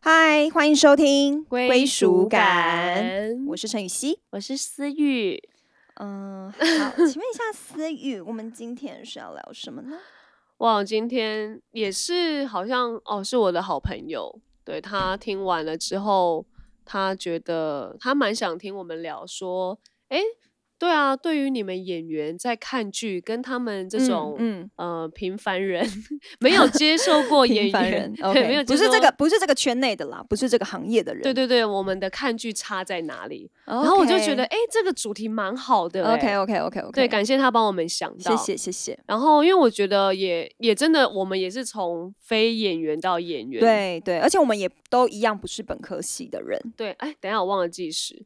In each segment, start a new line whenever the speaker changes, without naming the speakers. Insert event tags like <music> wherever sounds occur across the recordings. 嗨，欢迎收听《
归属感，》，
我是陈雨希。
我是思玉。
嗯，好，请问一下思雨，我们今天是要聊什么呢？
哇，今天也是好像哦，是我的好朋友，对他听完了之后，他觉得他蛮想听我们聊说，诶，对啊，对于你们演员在看剧跟他们 <laughs> 这种、
嗯，嗯
呃平凡人 <laughs> 没有接受过演
平
员，
凡
<laughs>
人
对
，OK，
没有
不
接
是
受
这
过
个，，不是这个圈内的啦，不是这个行业的人。
对对对，我们的看剧差在哪里？
然
然后我就觉得，诶，这个主题蛮好的、诶
OK OK OK OK，
对，感谢他帮我们想到，
谢谢谢谢。
然后，因为我觉得也也真的，我们也是从非演员到演员。
对对，而且我们也都一样，不是本科系的人。
对，哎，等一下我忘了计时，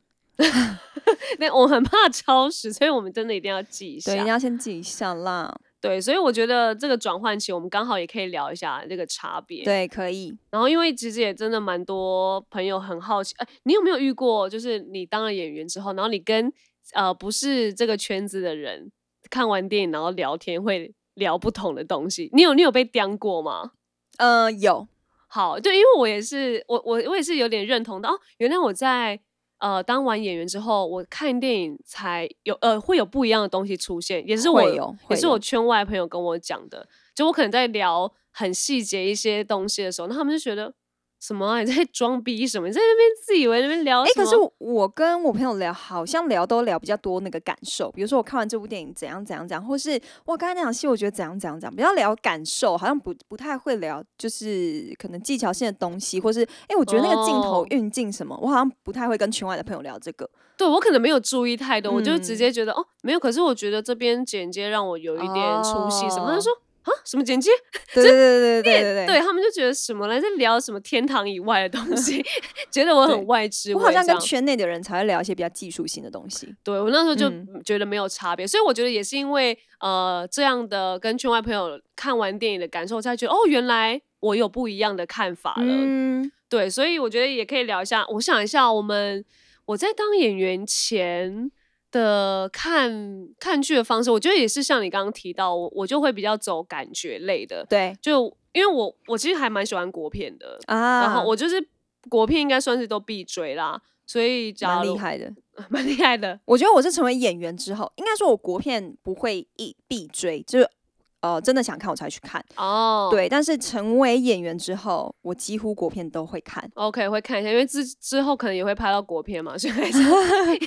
<laughs> 那我很怕超时，所以我们真的一定要记一
对，一
下。
定
对，
要先记一下啦。
所以我觉得这个转换期，我们刚好也可以聊一下这个差别。，
对，可以。
然后因为其实也真的蛮多朋友很好奇，哎，你有没有遇过，就是你当了演员之后，然后你跟呃不是这个圈子的人看完电影，然后聊天会聊不同的东西？你有你有被刁过吗？
呃，有，
好，对，因为我也是，我我我也是有点认同的哦。原来我在呃当完演员之后，我看电影才有呃会有不一样的东西出现，也是我
会有
也
会
是我
有
圈外朋友跟我讲的。就我可能在聊很细节一些东西的时候，那他们就觉得什么、啊、你在 <laughs> 装逼什么，你在那边自以为那边聊
哎、
什么？
可是我我跟我朋友聊，好像聊都聊比较多那个感受，比如说我看完这部电影怎样怎样怎样，或是哇刚才那场戏我觉得怎样怎样怎样，比较聊感受，好像不不太会聊就是可能技巧性的东西，或是哎、我觉得那个镜头
哦
运镜什么，我好像不太会跟圈外的朋友聊这个，
对我可能没有注意太多，我就直
嗯
接觉得哦没有。可是我觉得这边剪接让我有一点出戏什么，他
哦
就说啊什么剪接？
对对对对对对
对他们就觉得什么来在聊什么天堂以外的
<laughs>
东西， <laughs> 觉得我
对
很外知。
我好像
这
跟
样
圈内的人才会聊一些比较技术性的东西，
对我那时候就
嗯
觉得没有差别，所以我觉得也是因为呃这样的跟圈外朋友看完电影的感受，我才觉得哦原来我有不一样的看法了。
嗯，
对，所以我觉得也可以聊一下。我想一下，我们我在当演员前的看看剧的方式，我觉得也是像你刚刚提到，我我就会比较走感觉类的，
对
就因为我我其实还蛮喜欢国片的，
啊，
然后我就是国片应该算是都必追啦，所以假
蛮
如
厉，害的。
蛮厉害的。
我觉得我是成为演员之后，应该说我国片不会一必追，就是呃真的想看我才去看。
哦，
对，但是成为演员之后，我几乎国片都会看。
，OK 会看一下，因为之之后可能也会拍到国片嘛，所以还
<laughs>
是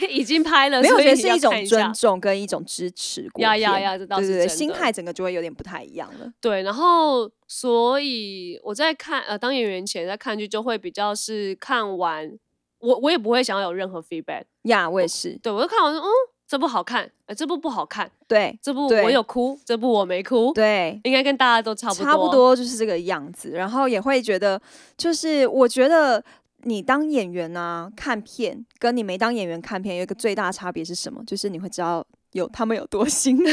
已经拍了，
没有，我
呃所以
觉得是
要
一种
看下
尊重跟一种支持国
呀
片。
呀呀，这倒
对
是
对对，
真
心
的
态整个就会有点不太一样了。
对。然后，所以我在看呃当演员前在看剧，就会比较是看完，我我也不会想要有任何 feedback，
呀，
哦
我也是。
对我就看完说，嗯，这部好看，呃，这部不好看，
对
这部
对
我有哭，这部我没哭，
对，
应该跟大家都哦差不多，
差不多就是这个样子。然后也会觉得，就是我觉得你当演员啊，看片跟你没当演员看片有一个最大差别是什么？就是你会知道有他们有多 <laughs> 辛苦。
<laughs>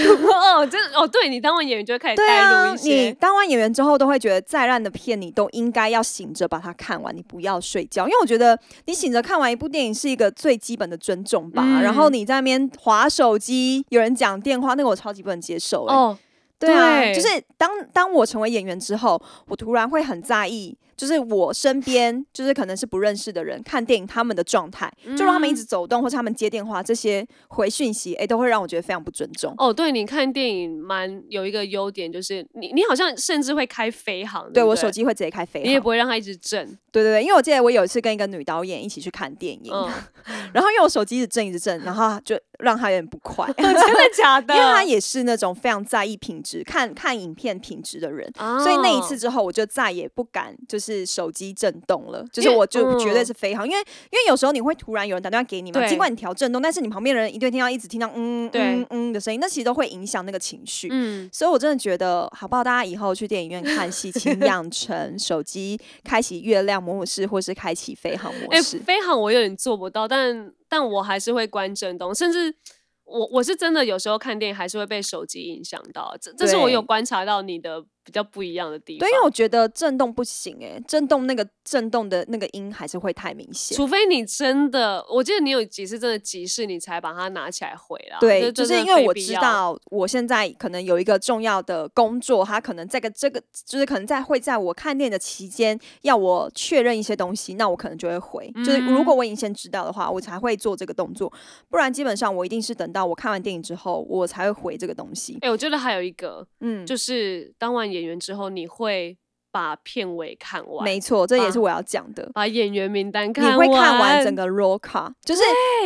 哦，真的哦，对你当完演员就会开始
对
带入
啊
一，
你
些，
当完演员之后，都会觉得再烂的片，你都应该要醒着把它看完，你不要睡觉，因为我觉得你醒着看完一部电影是一个最基本的尊重吧。
嗯
然后你在那边划手机，有人讲电话，那个我超级不能接受、欸。
哦，
对啊，
对
就是当当我成为演员之后，我突然会很在意，就是我身边就是可能是不认识的人看电影他们的状态，就让他们一
嗯
直走动，或是他们接电话这些回讯息，哎、都会让我觉得非常不尊重。
哦，对，你看电影蛮有一个优点，就是你你好像甚至会开飞行，
对
不
我手机会直接开飞行，
你也不会让它一直震，
对对对，因为我记得我有一次跟一个女导演一起去看电影，
嗯，
然后因为我手机一直震一直震，然后就让她有点不快，因为
<laughs> 真的假 <laughs> 的？
她也是那种非常在意品质、看看影片品质的人。
啊
<laughs> 所以那一次之后，我就再也不敢就是手机震动了，就是
因为
我就绝对
嗯
是飞行，因为因为有时候你会突然有人打电话给你嘛，
对
尽管你调震动，但是你旁边的人一定会听到一直听到嗯
对
嗯嗯的声音，那其实都会影响那个情绪。
嗯，
所以我真的觉得，好不好？大家以后去电影院看戏，请养成手机开启月亮模式，或是开启飞行模
哎，
式。
飞行我有点做不到，但但我还是会关震动，甚至。我我是真的有时候看电影还是会被手机影响到，这这是我有
对
观察到你的比较不一样的地方。
对，因为我觉得震动不行哎、震动那个震动的那个音还是会太明显。
除非你真的，我记得你有几次真的急事，你才把它拿起来回啦。
对，
这
就
真
是
的
因为
非
我
必
知
要，
道我现在可能有一个重要的工作，他可能这个这个就是可能在会在我看店的期间要我确认一些东西，那我可能就会回。就是如果
嗯
我已经先知道的话，我才会做这个动作，不然基本上我一定是等到我看完电影之后，我才会回这个东西。
哎、我觉得还有一个，
嗯，
就是当完演员之后，你会把片尾看完，
没错，这也是
吧
我要讲的。
把演员名单
你
看
会看完
完
整个 roll card，就是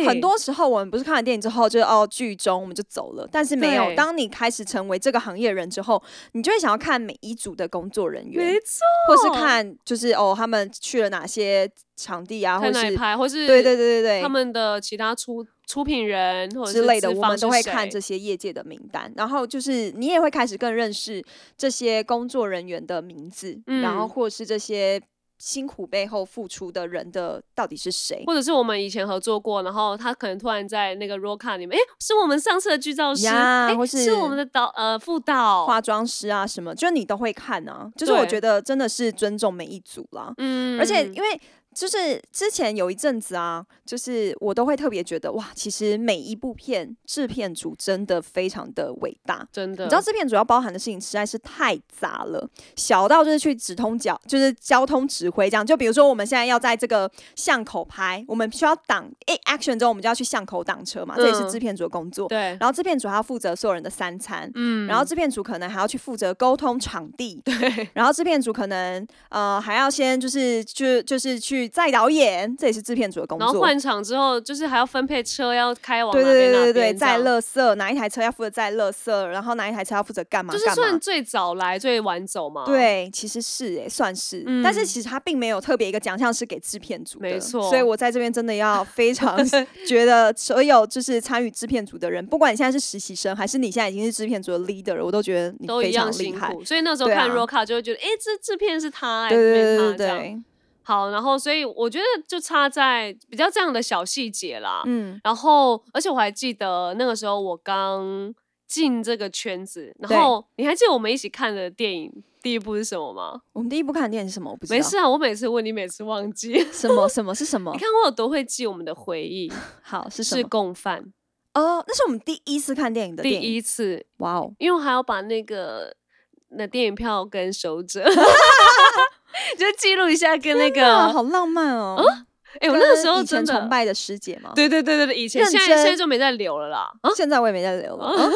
很
对
多时候我们不是看完电影之后就是哦剧终我们就走了，但是没有。
对
当你开始成为这个行业人之后，你就会想要看每一组的工作人员
没，错，
或是看就是哦他们去了哪些场地啊，或
看哪
是
一拍，或是
对对对对
他
对。
们的其他出出品人或者
之
是
类的，
资
我
方
们
是
都会
谁
看这些业界的名单，然后就是你也会开始更认识这些工作人员的名字，然后
嗯
或是这些辛苦背后付出的人的到底是谁，
或者是我们以前合作过，然后他可能突然在那个 roll card 里面，哎、是我们上次的剧照师，
呀
哎、
或
是
是
我们的导呃副导，
化妆师啊什么，就是你都会看啊。就是我
对
觉得真的是尊重每一组啦，
嗯，
而且因为。就是之前有一阵子啊，就是我都会特别觉得哇，其实每一部片制片组真的非常的伟大。
真的，
你知道制片组要包含的事情实在是太杂了，小到就是去直通交，就是交通指挥这样。就比如说我们现在要在这个巷口拍，我们需要挡诶 action 之后，我们就要去巷口挡车嘛，这也是
嗯
制片组的工作。
对，
然后制片组还要负责所有人的三餐，
嗯
然后制片组可能还要去负责沟通场地，
对，
然后制片组可能呃还要先就是就就是去再导演，这也是制片组的工
然后
作。
换场之后就是还要分配车要开往
对
哪
对
边哪
对对对，
边这
载
样
垃圾哪一台车要负责载垃圾，然后哪一台车要负责干嘛
就是
干
算
嘛。
最早来最晚走嘛，，
对，其实是诶、算是，但是
嗯
其实他并没有特别一个奖项是给制片组的，
没错
所以我在这边真的要
<laughs>
非常觉得所有就是参与制片组的人，不管你现在是实习生，还是你现在已经是制片组的 leader，了我都觉得你
都
非
一
常
样
厉
辛
害。
苦，所以那时候
对
看
啊
roll card 就会觉得，哎、这制片是他、哎，
对
制片
对对
他
对
这样
对，
好，然后所以我觉得就差在比较这样的小细节啦， <laughs>
嗯，
然后，而且我还记得那个时候我刚进这个圈子，
对
然后你还记得我们一起看的电影第一部是什么吗？
我们第一部看的电影是什么？我不知道。
没事，啊，我每次问你，每次忘记。
<laughs>
你
什
<laughs>
么什么是什么？
看我有多会记我们的回忆，
好是什
是
么？
共犯
哦，那是我们第一次看电影的
第
电影。
一次，
哇哦，
因为我还要把那个那电影票跟
<laughs>
守者， <laughs> 就记录一下跟那
啊，
个。
好浪漫哦！
哎、我那个
跟
时候
以前
真的
崇拜的师姐嘛，
对对对对对，以前
认
现在现在
真
就没在留了啦。
现在我也没在留了。
啊
啊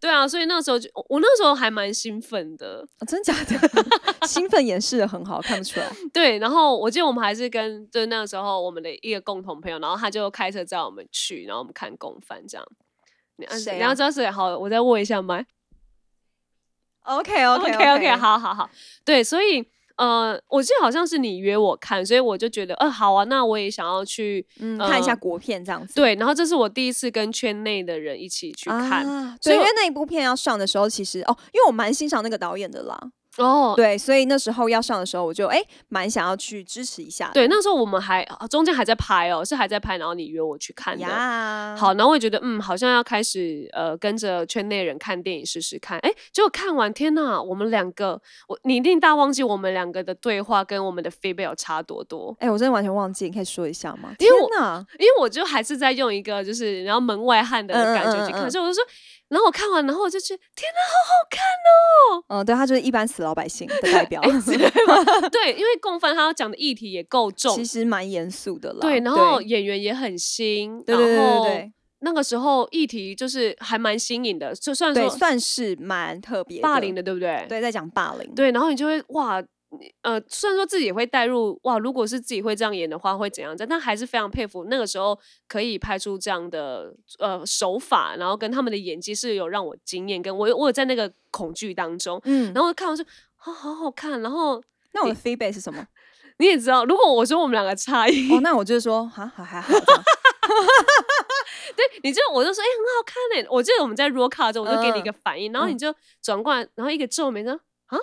对啊，所以那时候就我我那时候还蛮兴奋的，
哦真假的？ <laughs> 兴奋掩饰的很好，看不出来。
对，然后我记得我们还是跟就是那个时候我们的一个共同朋友，然后他就开车载我们去，然后我们看共犯这样。你按
谁
你要
啊
知道谁好，我再握一下麦。
OK
OK
OK
OK，。好好好，对，所以呃，我记得好像是你约我看，所以我就觉得，呃，好啊，那我也想要去。
嗯，看一下
呃
国片这样子。
对，然后这是我第一次跟圈内的人一起去看、
啊，
所
对，
以
因
我
为那一部片要上的时候，其实哦，因为我蛮欣赏那个导演的啦，
哦。
对，所以那时候要上的时候，我就哎蛮想要去支持一下的。
对，那时候我们还啊中间还在拍哦，是还在拍，然后你约我去看的。
呀，
好，然后我也觉得，嗯，好像要开始呃跟着圈内人看电影试试看。哎，结果看完，天呐，我们两个，我你一定大忘记我们两个的对话跟我们的 feedback 有差多多，
哎、我真的完全忘记，你可以说一下吗？
因为我
天哪，
因为我就还是在用一个就是然后门外汉的
嗯嗯
感觉去
嗯
看，
嗯
所以我就说，然后我看完，然后我就去，天 <laughs> 呐，
嗯，对他就是一般死老百姓的代 <laughs> 表，
哎是吗对，因为共犯他要讲的议题也够重
其，实蛮严肃的啦。
对，然后演员也很新，
对对对
然后
对对
那个时候议题就是还蛮新颖的，就算
对，
说
算是蛮特别
霸凌
的，
的，对不对？
对，在讲霸凌，
对，然后你就会哇，你呃，虽然说自己也会带入哇，如果是自己会这样演的话会怎样，但但还是非常佩服那个时候可以拍出这样的呃手法，然后跟他们的演技是有让我惊艳，跟我有我有在那个恐惧当中，
嗯，
然后看完说啊、好好看，然后
那我的 feedback 是什么？
你也知道，如果我说我们两个差异， <laughs>
哦，那我就是说，哈，还还好 <laughs> 这样，
你就我就说哎、很好看哎、我记得我们在 roll card 中，我就给你一
嗯
个反应，然后你
嗯
就转过来，然后一个皱眉呢。啊，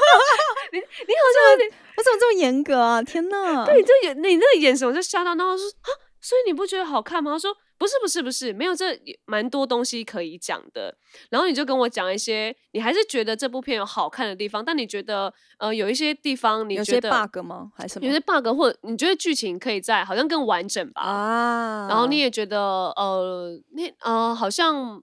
我怎么这么严格啊？天哪！
对，你这眼你那个眼神，我就吓到，然后我就说啊，所以你不觉得好看吗？他说不是不是不是，没有这也蛮多东西可以讲的。然后你就跟我讲一些，你还是觉得这部片有好看的地方，但你觉得呃有一些地方你
有
觉
些
得
bug 吗？还是什
有
么？
些 bug 或者你觉得剧情可以在好像更完整吧？
啊，
然后你也觉得呃那呃好像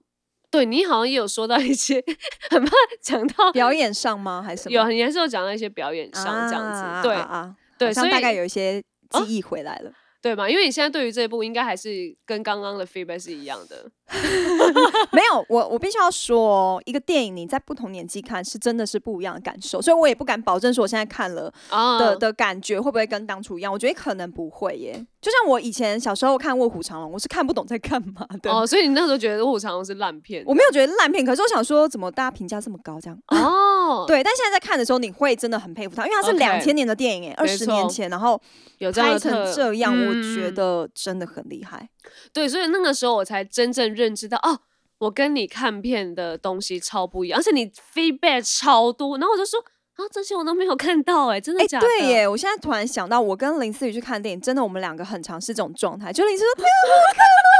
对你好像也有说到一些，很怕讲到
<laughs> 表演上吗？还是什么
有很严肃讲到一些表演上这样子，
啊
对、
啊啊
对，
好
所
像
以哦
大概有一些记忆回来了。
对吧？因为你现在对于这一部应该还是跟刚刚的 feedback 是一样的，
没有，我我必须要说哦，一个电影你在不同年纪看是真的是不一样的感受，所以我也不敢保证说我现在看了
啊，
的、的感觉会不会跟当初一样，我觉得可能不会耶。就像我以前小时候看《卧虎藏龙》，我是看不懂在干嘛的。
哦，所以你那时候觉得《卧虎藏龙》是烂片
我没有觉得烂片，可是我想说，怎么大家评价这么高？这样
哦，，
对，但现在在看的时候，你会真的很佩服他，因为他是
OK
两千年的电影，哎，二
没
十
错
年前，然后
有这样
拍
的
成
特
这样，我觉
嗯
得真的很厉害。
对，所以那个时候我才真正认知到哦。我跟你看片的东西超不一样，而且你 feedback 超多，然后我就说啊，这些我都没有看到、哎，真的
哎，
假的？
对耶！我现在突然想到，我跟林思雨去看电影，真的我们两个很常是这种状态，就林思雨说：“天 <laughs> 啊，好好看哦！”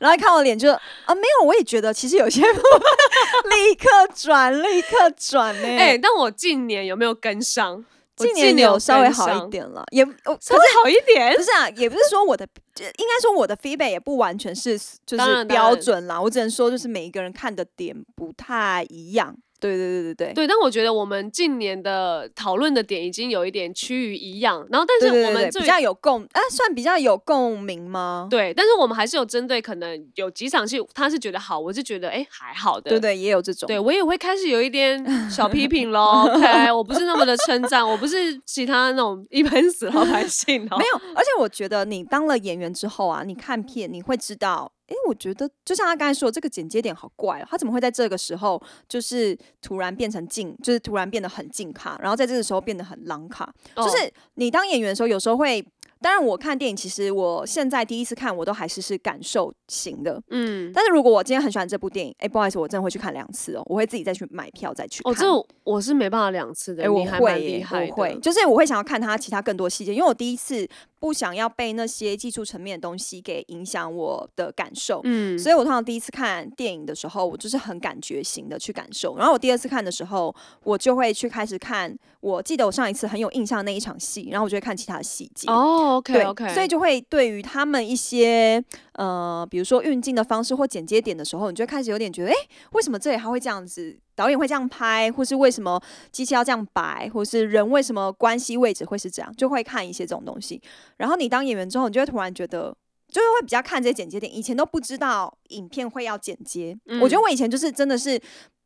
然后一看我脸就啊，没有，我也觉得其实有
<laughs>
些部分 <laughs> 立刻转，立刻转呢。
哎、但我近年有没有跟上？我
今年
年
有稍微
跟
好
上
一，点了，也哦
稍微好一点
不。是啊，也不是说我的，这应该说我的 feedback 也不完全是就
当
是
然当然
标准啦。我只能说，就是每一个人看的点不太一样。对对对对对，
对，但我觉得我们近年的讨论的点已经有一点趋于一样，然后但是
对
我
对
们
对
这
比较有共，哎、算比较有共鸣吗？
对，但是我们还是有针对可能有几场戏，他是觉得好，我是觉得哎、还好的，
对对，也有这种。
对，我也会开始有
<laughs>
一点小批评喽。OK，我不是那么的称赞，我不是其他那种一般死老百姓
<laughs>
哦
没。有，而且我觉得你当了演员之后啊，你看片你会知道，诶，我觉得就像他刚才说，这个剪接点好怪哦，他怎么会在这个时候就是突然变成静，就是突然变得很静卡，然后在这个时候变得很狼卡，
哦
就是你当演员的时候，有时候会。当然，我看电影，其实我现在第一次看，我都还是是感受型的。
嗯，
但是如果我今天很喜欢这部电影，诶，不好意思，我真的会去看两次哦，我会自己再去买票再去看。
哦，这我我是没办法两次的，
哎、我
你还
会
蛮
耶
厉害的。
我会，就是我会想要看他其他更多细节，因为我第一次不想要被那些技术层面的东西给影响我的感受。
嗯，
所以我通常第一次看电影的时候，我就是很感觉型的去感受。然后我第二次看的时候，我就会去开始看。我记得我上一次很有印象的那一场戏，然后我就会看其他的细节。
哦，OK
对
OK，
所以就会对于他们一些呃，比如说运镜的方式或剪接点的时候，你就会开始有点觉得，哎、为什么这里他会这样子？导演会这样拍，或是为什么机器要这样摆，或是人为什么关系位置会是这样，就会看一些这种东西。然后你当演员之后，你就会突然觉得，就是会比较看这些剪接点。以前都不知道影片会要剪接，我觉得我以前就是真的是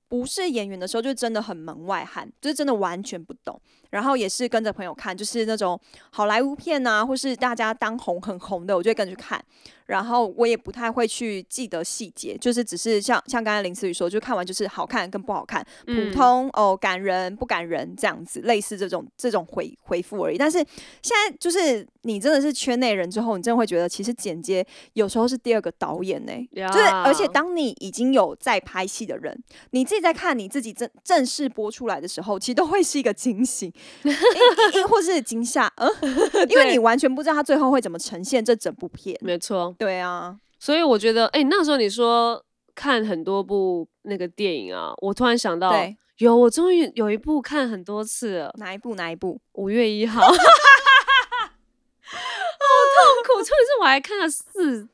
不是演员的时候，就真的很门外汉，就是真的完全不懂。然后也是跟着朋友看，就是那种好莱坞片啊，或是大家当红很红的，我就会跟着看。然后我也不太会去记得细节，就是只是像像刚才林思雨说，就看完就是好看跟不好看，普
嗯
通、哦，感人不感人这样子，类似这种这种回回复而已。但是现在就是你真的是圈内人之后，你真的会觉得其实剪接有时候是第二个导演欸呢、就是而且
呀
当你已经有在拍戏的人，你自己在看你自己正正式播出来的时候，其实都会是一个惊
<laughs>
喜，因因或是惊吓，嗯，因为
对
你完全不知道他最后会怎么呈现这整部片。
没错。
对啊，
所以我觉得，哎、那时候你说看很多部那个电影啊，我突然想到，
对，
有我终于有一部看很多次了，
哪一部哪一部？
五月一号，好 <laughs> 痛苦！重点是我还看了四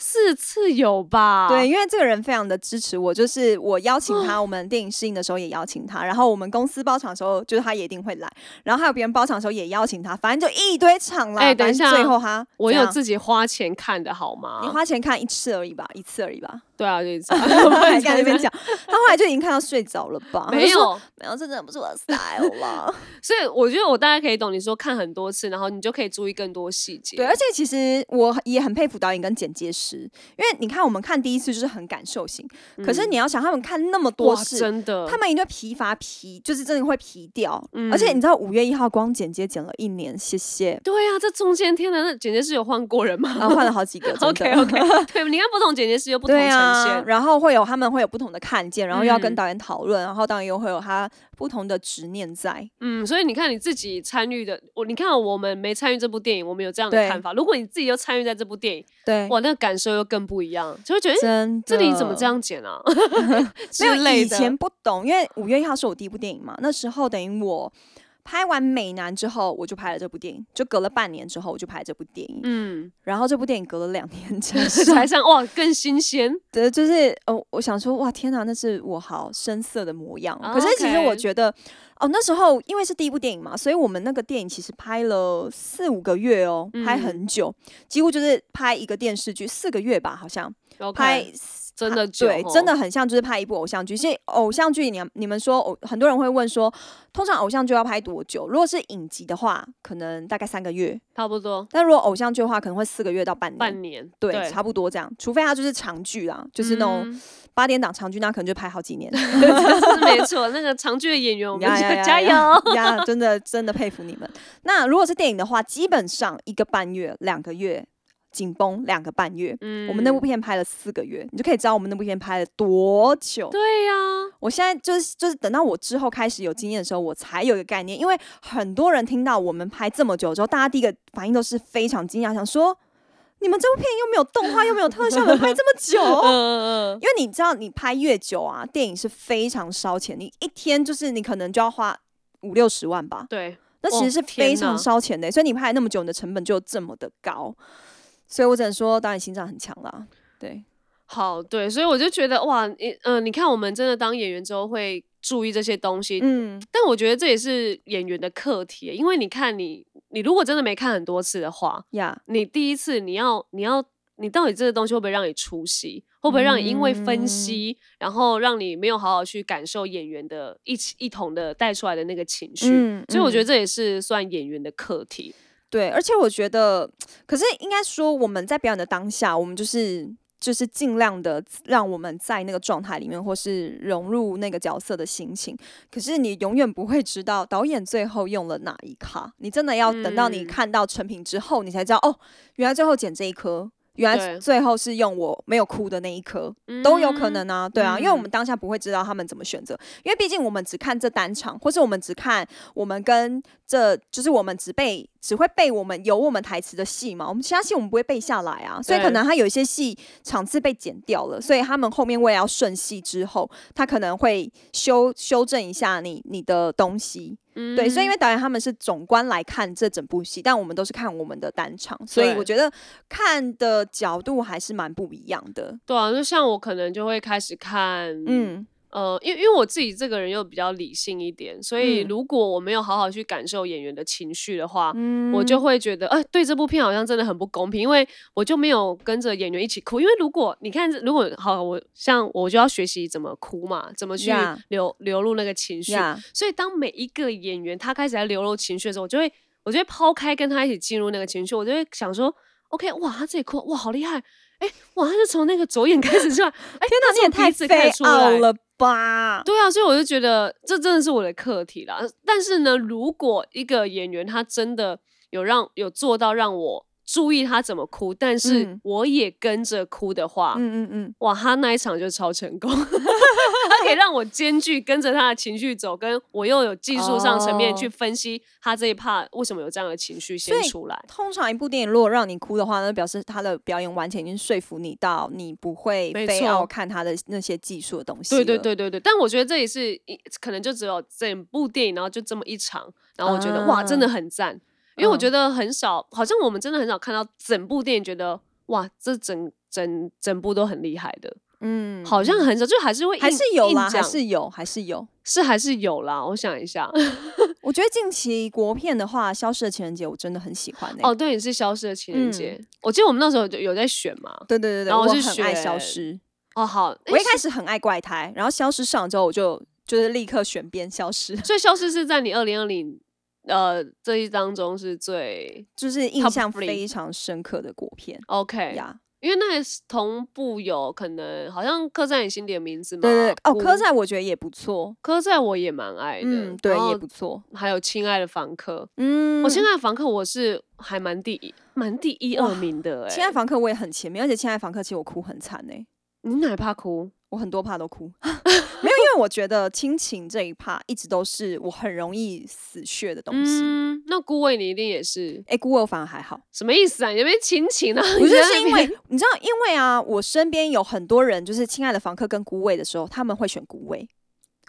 四次有吧？
对，，因为这个人非常的支持我，就是我邀请
<laughs>
他，我们电影试映的时候也邀请他，然后我们公司包场的时候，就是他也一定会来，然后还有别人包场的时候也邀请他，反正就一堆场啦。
哎等一
反正
下
最后他
我有
怎样
自己花钱看的好
你
吗？
花钱看一次而已吧，一次而已吧。
对啊，就
<laughs>
一次 <laughs>
还在那边讲，他后来就已经看到睡着了吧？他就
没
说，
有，
没有，这真的不是我的 style
<laughs>
啦。
所以我觉得我大概可以懂你说看很多次，然后你就可以注意更多细节。
对，而啊且其实我也很佩服导演跟剪接师，因为你看我们看第一次就是很感受型，
嗯，
可是你要想他们看那么多
哇，
次，
真的，
他们一定会疲乏疲，就是真的会疲掉。
嗯
而且你知道五月一号光剪接剪了一年，谢谢
对啊，这中间天哪，那简直是有换过人吗？
啊，换了好几个，真
<laughs> OK
的。 <laughs>
OK，对，你看不同剪辑师有不同
对
呈
啊
现，，
然后会有他们会有不同的看见，然后又要跟
嗯
导演讨论，然后导演又会有他不同的执念在。
嗯，所以你看你自己参与的，我你看我们没参与这部电影，我们有这样的
对
看法。如果你自己又参与在这部电影，
对，
哇，那个感受又更不一样，就会觉得诶
真
这里怎么
的
这？样剪啊？ <laughs> 之
没有
类
以
的
前不懂，因为五月一号是我第一部电影嘛，那时候等于我拍完《美男》之后，我就拍了这部电影，就隔了半年之后我就拍了这部电影， <laughs>
嗯，
然后这部电影隔了两年才
台
上，
上哇更新鲜，
<laughs> 对，就是呃，我想说哇，天哪，那是我好深色的模样哦。可是其实
OK
我觉得，哦，那时候因为是第一部电影嘛，所以我们那个电影其实拍了四五个月哦，拍
嗯
很久，几乎就是拍一个电视剧四个月吧，好像
然后
拍
真的久
对，
吼
真的很像，就是拍一部偶像剧。其实偶像剧，你你们说，偶很多人会问说，通常偶像剧要拍多久？如果是影集的话，可能大概三个月；
差不多
但如果偶像剧的话，可能会四个月到半年。
半年，
嗯对，差不多这样。除非它就是长剧啦，就是那种
嗯
八点档长剧，那可能就拍好几年。
是没错，那个长剧的演 <laughs> 员，我
<laughs>
们
呀呀呀
加加
呀
油。
呀，真的真的佩服你们。那如果是电影的话，基本上一个半月、两个月，紧绷两个半月。
嗯
我们那部片拍了四个月，你就可以知道我们那部片拍了多久。
对呀、
我现在就是就是等到我之后开始有经验的时候，我才有一个概念，因为很多人听到我们拍这么久之后，大家第一个反应都是非常惊讶，想说你们这部片又没有动画，又没有特效，你们拍这么久。
<laughs> 嗯嗯
因为你知道，你拍越久啊，电影是非常烧钱，你一天就是你可能就要花五六十万吧，
对，
那其
哦
实是
天
非
哪
常烧钱的、欸所以你拍那么久，你的成本就这么的高，所以我只能说，当然心脏很强啦，对，
好对，所以我就觉得哇，你嗯、你看我们真的当演员之后会注意这些东西，
嗯，
但我觉得这也是演员的课题，因为你看你你如果真的没看很多次的话，
呀、
你第一次你要你要你到底这个东西会不会让你出戏？会不会让你因为
嗯
分析，然后让你没有好好去感受演员的一起一同的带出来的那个情绪？
嗯
所以我觉得
嗯
这也是算演员的课题。
对，而且我觉得，可是应该说我们在表演的当下，我们就是就是尽量的让我们在那个状态里面，或是融入那个角色的心情。可是你永远不会知道导演最后用了哪一卡，你真的要等到你
嗯
看到成品之后，你才知道哦，原来最后剪这一颗。原
对
来最后是用我没有哭的那一颗，都
嗯
有可能啊，对啊，因为我们当下不会知道他们怎么选择，因为毕竟我们只看这单场，或是我们只看我们跟这就是我们只背只会背我们有我们台词的戏嘛，我们其他戏我们不会背下来啊，所以
对
可能他有一些戏场次被剪掉了，所以他们后面为了要顺戏之后，他可能会修修正一下你你的东西，
嗯
对，所以因为导演他们是总观来看这整部戏，但我们都是看我们的单场，所以
对
我觉得看的角度还是蛮不一样的，
对啊，就像我可能就会开始看，嗯
嗯。
呃，因为因为我自己这个人又比较理性一点，所以
嗯
如果我没有好好去感受演员的情绪的话，
嗯
我就会觉得，哎、对这部片好像真的很不公平，因为我就没有跟着演员一起哭。因为如果你看，如果好，我像我就要学习怎么哭嘛，怎么去
Yeah
流流露那个情绪。
呀
所以当每一个演员他开始在流露情绪的时候，我就会，我就会抛开跟他一起进入那个情绪，我就会想说，OK，哇，他这里哭，哇，好厉害。哎、哇！他是从那个左眼开始出来，哎、
天
哪，
哪，你也太
飞
飞傲了吧！
对啊，所以我就觉得这真的是我的课题啦。但是呢，如果一个演员他真的有让有做到让我注意他怎么哭，但是
嗯
我也跟着哭的话，
嗯嗯嗯，
哇，他那一场就超
<laughs>
成功，他可以让我兼具跟着他的情绪走，跟我又有技术上层面
哦
去分析他这一趴为什么有这样的情绪
所
先
以
出来。
通常一部电影如果让你哭的话，那表示他的表演完全已经说服你到你不会
没
非
错
要看他的那些技术的东西。
对对，对对对，但我觉得这也是一可能就只有整部电影，然后就这么一场，然后我觉得、哇，真的
啊
很赞，因为我
嗯
觉得很少，好像我们真的很少看到整部电影觉得哇，这整整整部都很厉害的，
嗯
好像很少，就还是会
还
硬
是有
硬
啦，还
讲
是有，还是有。
是还是有啦。我想一下，
我觉得近期国片的话，《消失的情人节》我真的很喜欢欸诶、
哦，对，你是《消失的情人
嗯
节》我记得我们那时候有有在选嘛。
对对对对，
然后
我
是
很爱
选
消失。
哦，好，诶
我一开始很爱怪胎，然后消失上了之后，我就就是立刻选边消失， <laughs>
所以《消失》是在你二零二零呃这一当中是最
就是印
Top
象
three
非常深刻的国片
OK
呀。
因为那个是同步有可能，好像刻在你心底的名字嘛。
对对对哦，
孤
科赛我觉得也不错，
刻在我也蛮爱的。
嗯，对，
然
也
后
不错，
还有亲爱的房客，
嗯
我亲爱的房客我是还蛮第一，蛮第一二名的哎、
亲爱房客我也很前面，而且亲爱房客其实我哭很惨哎、
你哪怕哭？
我很多趴都
<laughs>
哭，没有，因为我觉得亲情这一趴一直都是我很容易死血的东西。
嗯，那顾问你一定也是
哎、孤儿反而还
<laughs>
好，
什么意思啊？你那边亲情啊？
不
你
是
在那
是因
边
为你知道，因为啊，我身边有很多人就是亲爱的房客跟孤位的时候，他们会选孤位。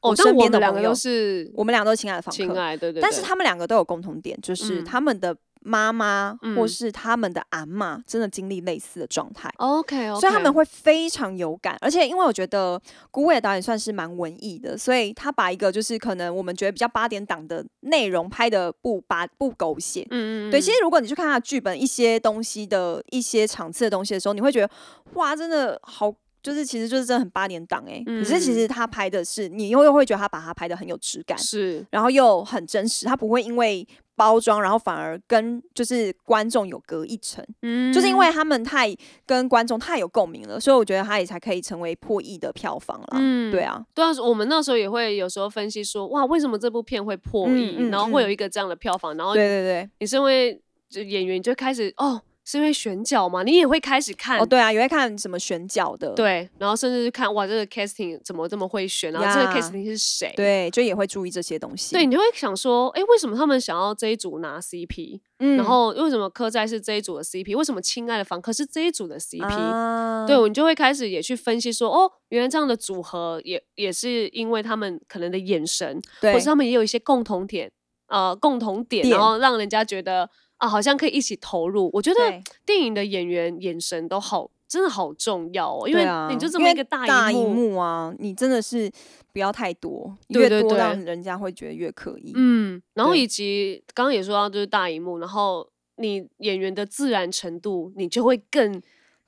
哦，
我
但
身
我
边
们
的
两个
朋
都
友
是
我们俩都是亲爱的房
亲
客，
爱的，对对。
但是
对
他们两个都有共同点，就是
嗯
他们的妈妈或
嗯
是他们的阿嬷真的经历类似的状态。
OK，, o k
所以他们会非常有感，而且因为我觉得古伟导演算是蛮文艺的，所以他把一个就是可能我们觉得比较八点档的内容拍的不八不狗血。
嗯嗯，
对，
嗯
其实如果你去看他的剧本一些东西的一些场次的东西的时候，你会觉得哇，真的好，就是其实就是真的很八点档哎、可是其
嗯
实他拍的是你又又会觉得他把它拍的很有质感，
是
然后又很真实，他不会因为包装，然后反而跟就是观众有隔一层。
嗯，
就是因为他们太跟观众太有共鸣了，所以我觉得他也才可以成为破亿的票房啦。
嗯
对啊，
对啊，我们那时候也会有时候分析说，哇，为什么这部片会破亿、
嗯嗯
然后会有
嗯
一个这样的票房，然后
对对
你身为就演员，你就开始哦，是因为选角嘛，你也会开始看。
对，哦对啊，也会看什么选角的，
对然后甚至是看哇，这个 casting 怎么这么会选，然后这个
呀
casting 是谁？
对，就也会注意这些东西。
对，你就会想说，哎，为什么他们想要这一组拿 CP？、
嗯，
然后为什么柯在是这一组的 CP？为什么亲爱的房客是这一组的 CP？、
啊
对，你就会开始也去分析说，哦，原来这样的组合也也是因为他们可能的眼神，
对
或是他们也有一些共同点，呃，共同点，
点
然后让人家觉得啊，好像可以一起投入。我觉得
对
电影的演员眼神都好，真的好重要哦，因
对
为
啊
你就这
因
么
为
一个大
大
荧
荧
幕，
幕啊，你真的是不要太多，
对对
越多
对
让人家会觉得越可疑。
嗯，然后
对
以及刚刚也说到就是大荧幕，然后你演员的自然程度，你就会更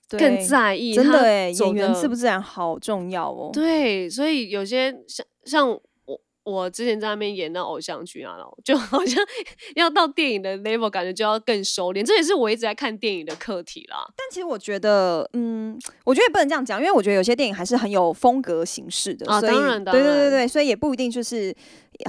对
更在意
真
他
的哎，
走
演员
得
自不自然好重要哦。
对，所以有些像像我我之前在那边演那偶像剧啊，然后就 <laughs> 好像要到电影的 level，感觉就要更收敛。这也是我一直在看电影的课题啦。
但其实我觉得，嗯，我觉得也不能这样讲，因为我觉得有些电影还是很有风格形式的，
啊
所以
当然当
对对对
然
对，所以也不一定就是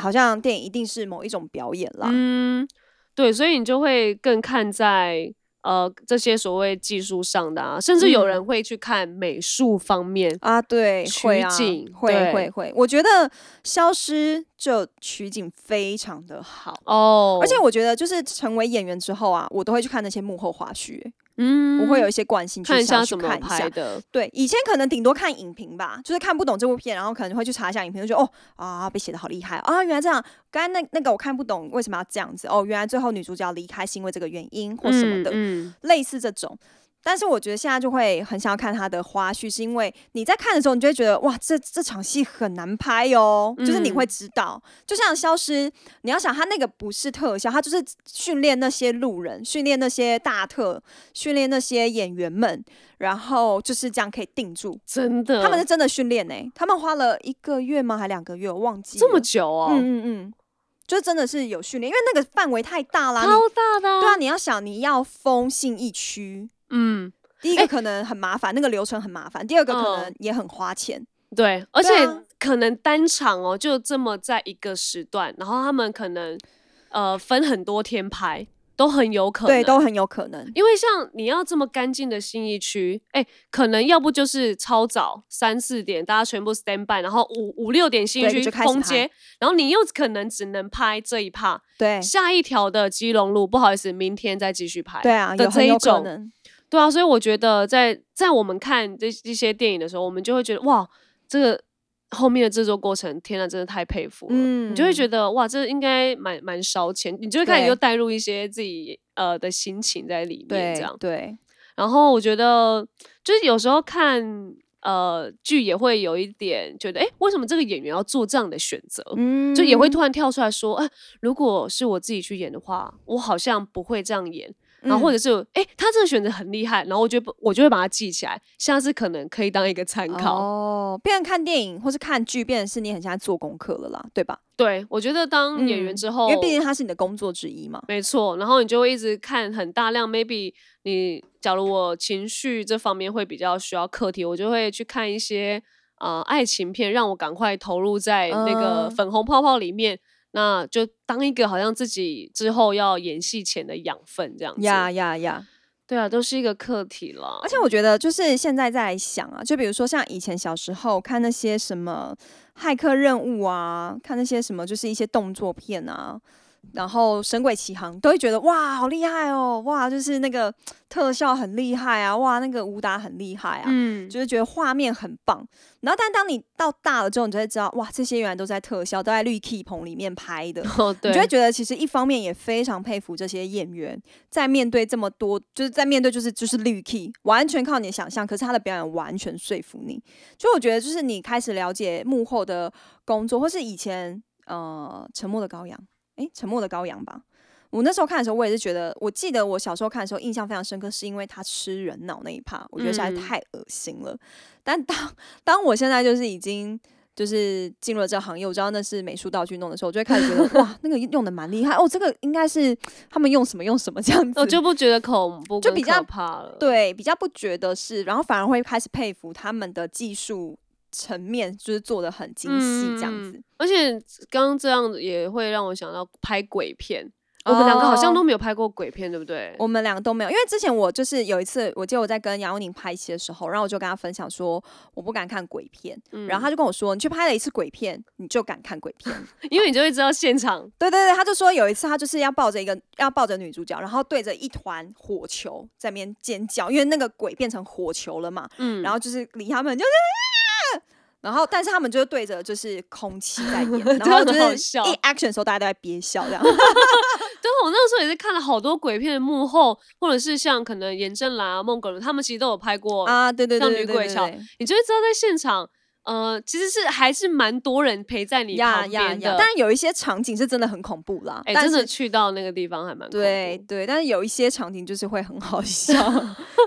好像电影一定是某一种表演啦。
嗯，对，所以你就会更看在。呃，这些所谓技术上的啊，甚至有人
嗯
会去看美术方面，
啊，对，会啊
取景，对
会会会，我觉得《消失》就取景非常的好。
哦，
而且我觉得，就是成为演员之后啊，我都会去看那些幕后花絮、欸
嗯
我会有一些惯性去
看一下
想去
怎么
看一下
拍。的，
对，以前可能顶多看影评吧，就是看不懂这部片，然后可能会去查一下影评，就觉得哦啊，被写的好厉害啊，原来这样。刚刚那那个我看不懂为什么要这样子哦，原来最后女主角离开是因为这个原因或什么的，
嗯，
类似这种。但是我觉得现在就会很想要看他的花絮，是因为你在看的时候，你就会觉得哇，这这场戏很难拍哦，就是你
嗯
会知道，就像消失，你要想他那个不是特效，他就是训练那些路人，训练那些大特，训练那些演员们，然后就是这样可以定住。
真的，
他们是真的训练呢，他们花了一个月吗？还两个月？我忘记
这么
了
久哦，
嗯嗯嗯，就真的是有训练，因为那个范围太大啦。你
超大的、
对啊，，你要想你要封信一区，
嗯，
第一个
哎
可能很麻烦，那个流程很麻烦；第二个可
嗯
能也很花钱。
对，而且
对啊
可能单场哦，就这么在一个时段，然后他们可能呃分很多天拍，都很有可能。
对，都很有可能。
因为像你要这么干净的新一区，哎，可能要不就是超早三四点，大家全部 stand by，然后五五六点新一
对
区
就开始
封
拍
街，然后你又可能只能拍这一趴，
对，
下一条的基隆路，不好意思，明天再继续拍。
对啊，
的
有
这
很
一
有可
种，
能。
对啊，所以我觉得在在我们看这一些电影的时候，我们就会觉得哇，这个后面的制作过程，天呐，啊真的太佩服了。
嗯
你就会觉
得
得哇，这应该蛮蛮烧钱，你就会开始
对
又带入一些自己呃的心情在里
嗯
面，
对
这样。
对，
然后我觉得就是有时候看呃剧也会有一点觉得，哎，为什么这个演员要做这样的选择？
嗯
就也会突然跳出来说，哎、如果是我自己去演的话，我好像不会这样演。然后
嗯
或者是，哎、他这个选择很厉害，然后我就不我就会把它记起来，下次可能可以当一个参考。
哦，变成看电影或是看剧，变成是你很像在做功课了啦，对吧？
对，我觉得当演员
嗯
之后，
因为毕竟它是你的工作之一嘛。
没错，然后你就会一直看很大量，maybe 你假如我情绪这方面会比较需要课题，我就会去看一些呃爱情片，让我赶快投入在那个
嗯
粉红泡泡里面，那就当一个好像自己之后要演戏前的养分这样子。
呀呀呀！
对啊，都是一个课题了。
而且我觉得，就是现在在想啊，就比如说像以前小时候看那些什么骇客任务啊，看那些什么就是一些动作片啊，然后《神鬼奇航》，都会觉得哇，好厉害哦，哇，就是那个特效很厉害啊，哇，那个武打很厉害啊，
嗯，
就是觉得画面很棒。然后，但当你到大了之后，你就会知道，哇，这些原来都在特效，都在绿 key 棚里面拍的。
<laughs> 哦，
你
对
就，会觉得，其实一方面也非常佩服这些演员，在面对这么多，就是在面对就是就是绿 key，完全靠你的想象，可是他的表演完全说服你。就我觉得，就是你开始了解幕后的工作，或是以前呃《沉默的羔羊》诶，沉默的羔羊》吧。我那时候看的时候，我也是觉得，我记得我小时候看的时候印象非常深刻，是因为他吃人脑那一趴，我觉得实在
嗯
太恶心了。但当当我现在就是已经就是进入了这个行业，我知道那是美术道具弄的时候，我就会开始觉
<laughs>
得哇，那个用的蛮厉害哦，这个应该是他们用什么用什么这样子，
哦我就不觉得恐怖，
就比较
怕了。，
对比较不觉得是，然后反而会开始佩服他们的技术层面，就是做的很精细这样子。
而且刚刚这样子也会让我想到拍鬼片，我们两个好像
哦
都没有拍过鬼片，对不对？
我们两个都没有，因为之前我就是有一次，我记得我在跟杨佑宁拍戏的时候，然后我就跟他分享说我不敢看鬼片，
嗯
然后他就跟我说，你去拍了一次鬼片，你就敢看鬼片。
因为你就会知道现场
对对对，他就说有一次他就是要抱着一个要抱着女主角，然后对着一团火球在那边尖叫，因为那个鬼变成火球了嘛，
嗯，
然后就是离他们就是、啊然后但是他们就对着就是空气在
<laughs>
演，然后就
真的好
是
笑
一 action 的时候大家都在憋笑
<laughs>
这样，
对，啊我那个时候也是看了好多鬼片的幕后，或者是像可能严正啦、孟耿如他们其实都有拍过，
啊，对对对
像
对
女
对
鬼
对
桥
对
你就会知道在现场，呃，其实是还是蛮多人陪在你
呀
旁
呀
边
呀！
的。
当然有一些场景是真的很恐怖啦，
哎、
但
真的
是
去到那个地方还蛮恐怖
对对，但是有一些场景就是会很好
<laughs>
笑，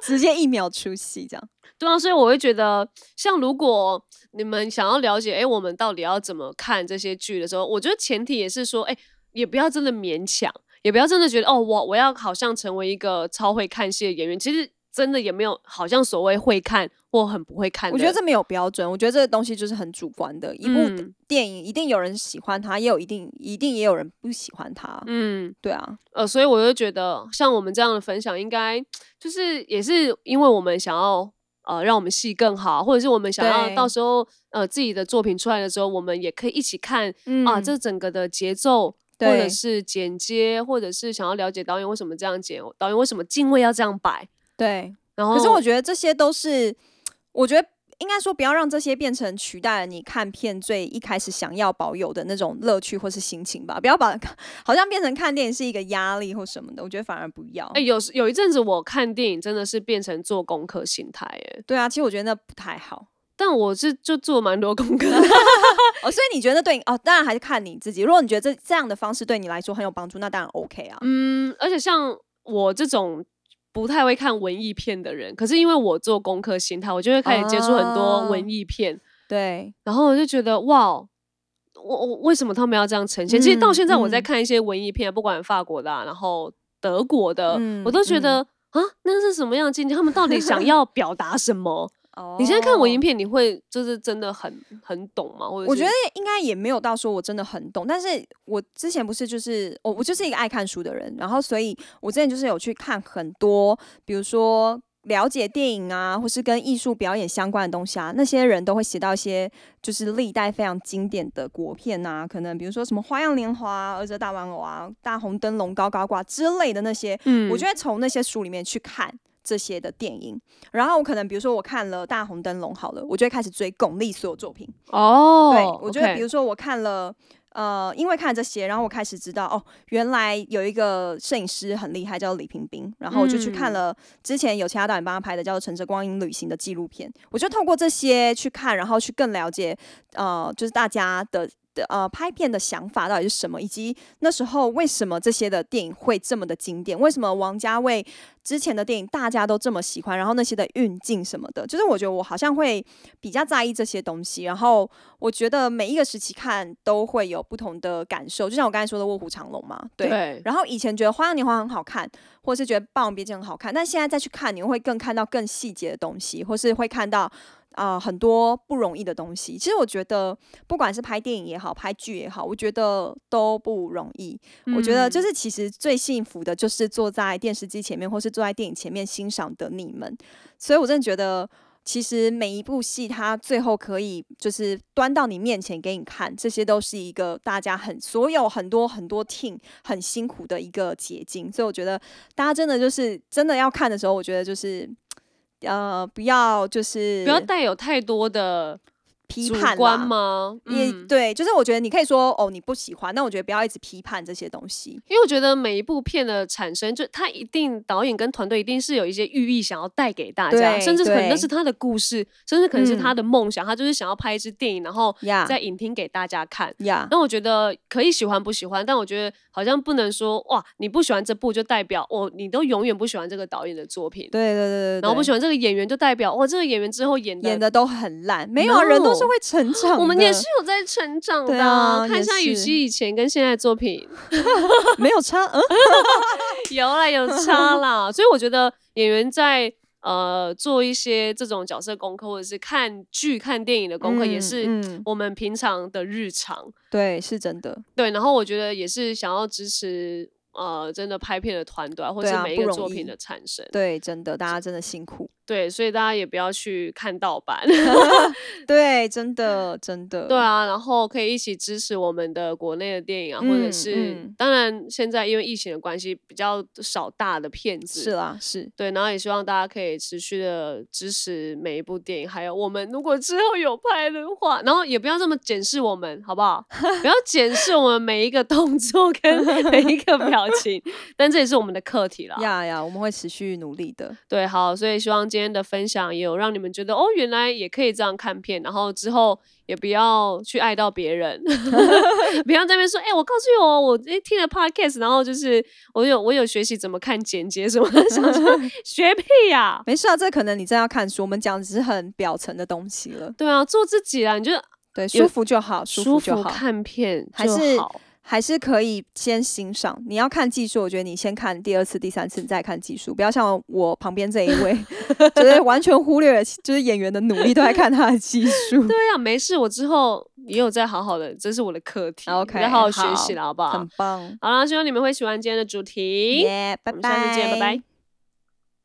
直接一秒出戏这样。
对啊，所以我会觉得，像如果你们想要了解，哎、我们到底要怎么看这些剧的时候，我觉得前提也是说，哎、也不要真的勉强，也不要真的觉得，哦，我我要好像成为一个超会看戏的演员，其实真的也没有好像所谓会看或很不会看的。
我觉得这没有标准，我觉得这个东西就是很主观的。一部
嗯
电影一定有人喜欢它，也有一定一定也有人不喜欢它。
嗯，
对啊，
呃，所以我就觉得，像我们这样的分享，应该就是也是因为我们想要呃，让我们戏更好，或者是我们想要
对
到时候呃自己的作品出来的时候，我们也可以一起看
嗯
啊，这整个的节奏。或
对
者是剪接，或者是想要了解导演为什么这样剪，导演为什么镜位要这样摆。
对。
然后，
可是我觉得这些都是，我觉得应该说不要让这些变成取代了你看片最一开始想要保有的那种乐趣或是心情吧。不要把好像变成看电影是一个压力或什么的，我觉得反而不要。
哎、有时有一阵子我看电影真的是变成做功课心态，哎，
对啊，其实我觉得那不太好。
但我是就做蛮多功课的， <laughs>
哦，所以你觉得对你哦，当然还是看你自己。如果你觉得这这样的方式对你来说很有帮助，那当然 OK 啊。
嗯，而且像我这种不太会看文艺片的人，可是因为我做功课心态，我就会开始接触很多
啊
文艺片，
对，
然后我就觉得哇，我我为什么他们要这样呈现？其实到
嗯
现在我在
嗯
看一些文艺片，不管法国的啊、然后德国的，我
嗯
都觉
嗯
得。啊，那是什么样的境界？他们到底想要表达什么？
哦
你现在看文艺片，你会就是真的很很懂吗？或者
我觉
是
得应该也没有到说我真的很懂，但是我之前不是就是我我就是一个爱看书的人，然后所以我之前就是有去看很多，比如说了解电影啊，或是跟艺术表演相关的东西啊，那些人都会写到一些就是历代非常经典的国片啊，可能比如说什么《花样年华》啊、《儿子的大玩偶》啊、《大红灯笼高高挂》之类的那些，
嗯
我就会从那些书里面去看这些的电影，然后我可能比如说我看了《大红灯笼》好了，我就会开始追巩俐所有作品。
哦，
对，我觉得
OK
比如说我看了。呃，因为看了这些，然后我开始知道哦，原来有一个摄影师很厉害，叫李平冰。然后我就去看
嗯
了之前有其他导演帮他拍的叫做《乘着光阴旅行》的纪录片。我就透过这些去看，然后去更了解，呃，就是大家的的呃拍片的想法到底是什么，以及那时候为什么这些的电影会这么的经典，为什么王家卫之前的电影大家都这么喜欢，然后那些的运镜什么的，就是我觉得我好像会比较在意这些东西，然后我觉得每一个时期看都会有不同的感受，就像我刚才说的《卧虎藏龙》嘛，对。
对
然后以前觉得《花样年华》很好看，或是觉得《霸王别姬》很好看，但现在再去看，你会更看到更细节的东西，或是会看到啊、很多不容易的东西。其实我觉得，不管是拍电影也好，拍剧也好，我觉得都不容易。我觉得就
嗯
是其实最幸福的就是坐在电视机前面，或是坐在电影前面欣赏的你们。所以我真的觉得。其实每一部戏，它最后可以就是端到你面前给你看，这些都是一个大家很所有很多很多 team 很辛苦的一个结晶。所以我觉得大家真的就是真的要看的时候，我觉得就是呃，不要就是
不要带有太多的
批
主
判
观
啦
吗？
也
嗯
对，就是我觉得你可以说哦你不喜欢，那我觉得不要一直批判这些东西。
因为我觉得每一部片的产生，就他一定导演跟团队一定是有一些寓意想要带给大家，
对
甚至可能
对
那是他的故事，甚至可能是
嗯啊
他的梦想，他就是想要拍一支电影，然后
呀
在影厅给大家看。
呀，
那我觉得可以喜欢不喜欢，但我觉得好像不能说哇，你不喜欢这部就代表哦，你都永远不喜欢这个导演的作品，
对对对对
然后不喜
对。
欢这个演员就代表哦哇，这个演员之后演的
演的都很烂，没有啊，人都是
No
会成长的。
我们也是有在成长
对
的、
啊
看一下
也
雨
是
琦以前跟现在的作品，
没有差，嗯，
有啦有
<laughs>
差啦，所以我觉得演员在呃做一些这种角色功课，或者是看剧、看电影的 <laughs> 功课，也
嗯
是
嗯，
我们平常的日常。
对，是真的，
对，然后我觉得也是想要支持呃真的拍片的团队啊，或
对
是
啊
每一
不
个
容
作品
易
的产生。
对，真的，大家真的辛苦，
对，所以大家也不要去看盗
<laughs>
版。
对，真的，真的，
对，啊，然后可以一起支持我们的国内的电影啊，或者
嗯
是、
嗯
当然现在因为疫情的关系，比较少大的片子。
是啦，是，
对，然后也希望大家可以持续的支持每一部电影，还有我们如果之后有拍的话，然后也不要这么检视我们，好不好？不要检视我们每一个动作跟每一个表情，但这也是我们的课题啦。
呀呀，我们会持续努力的，
对，好，所以希望今天的分享也有让你们觉得哦，原来也可以这样看片，然后之后也不要去爱到别人，不要在那边说，哎、我告诉你哦，我诶听了 podcast，然后就是我有我有学习怎么看剪接什么的，想说学屁呀、
没事啊，这可能你真要看书，我们讲的只是很表层的东西了，
对啊，做自己啦，你就
对，
有
舒服就好，
舒
服就好，
看片
还
就是好
还是可以先欣赏。你要看技术，我觉得你先看第二次、第三次，你再看技术，不要像我旁边这一位，就是完全忽略了就是演员的努力，都在看他的技术，
<laughs> 对啊，没事，我之后也有再好好的，这是我的课题
OK，
我再好好学习
好
了，好不好
很？棒。
好啦，希望你们会喜欢今天的主题。
耶，拜
我们
拜，
下次见，拜拜。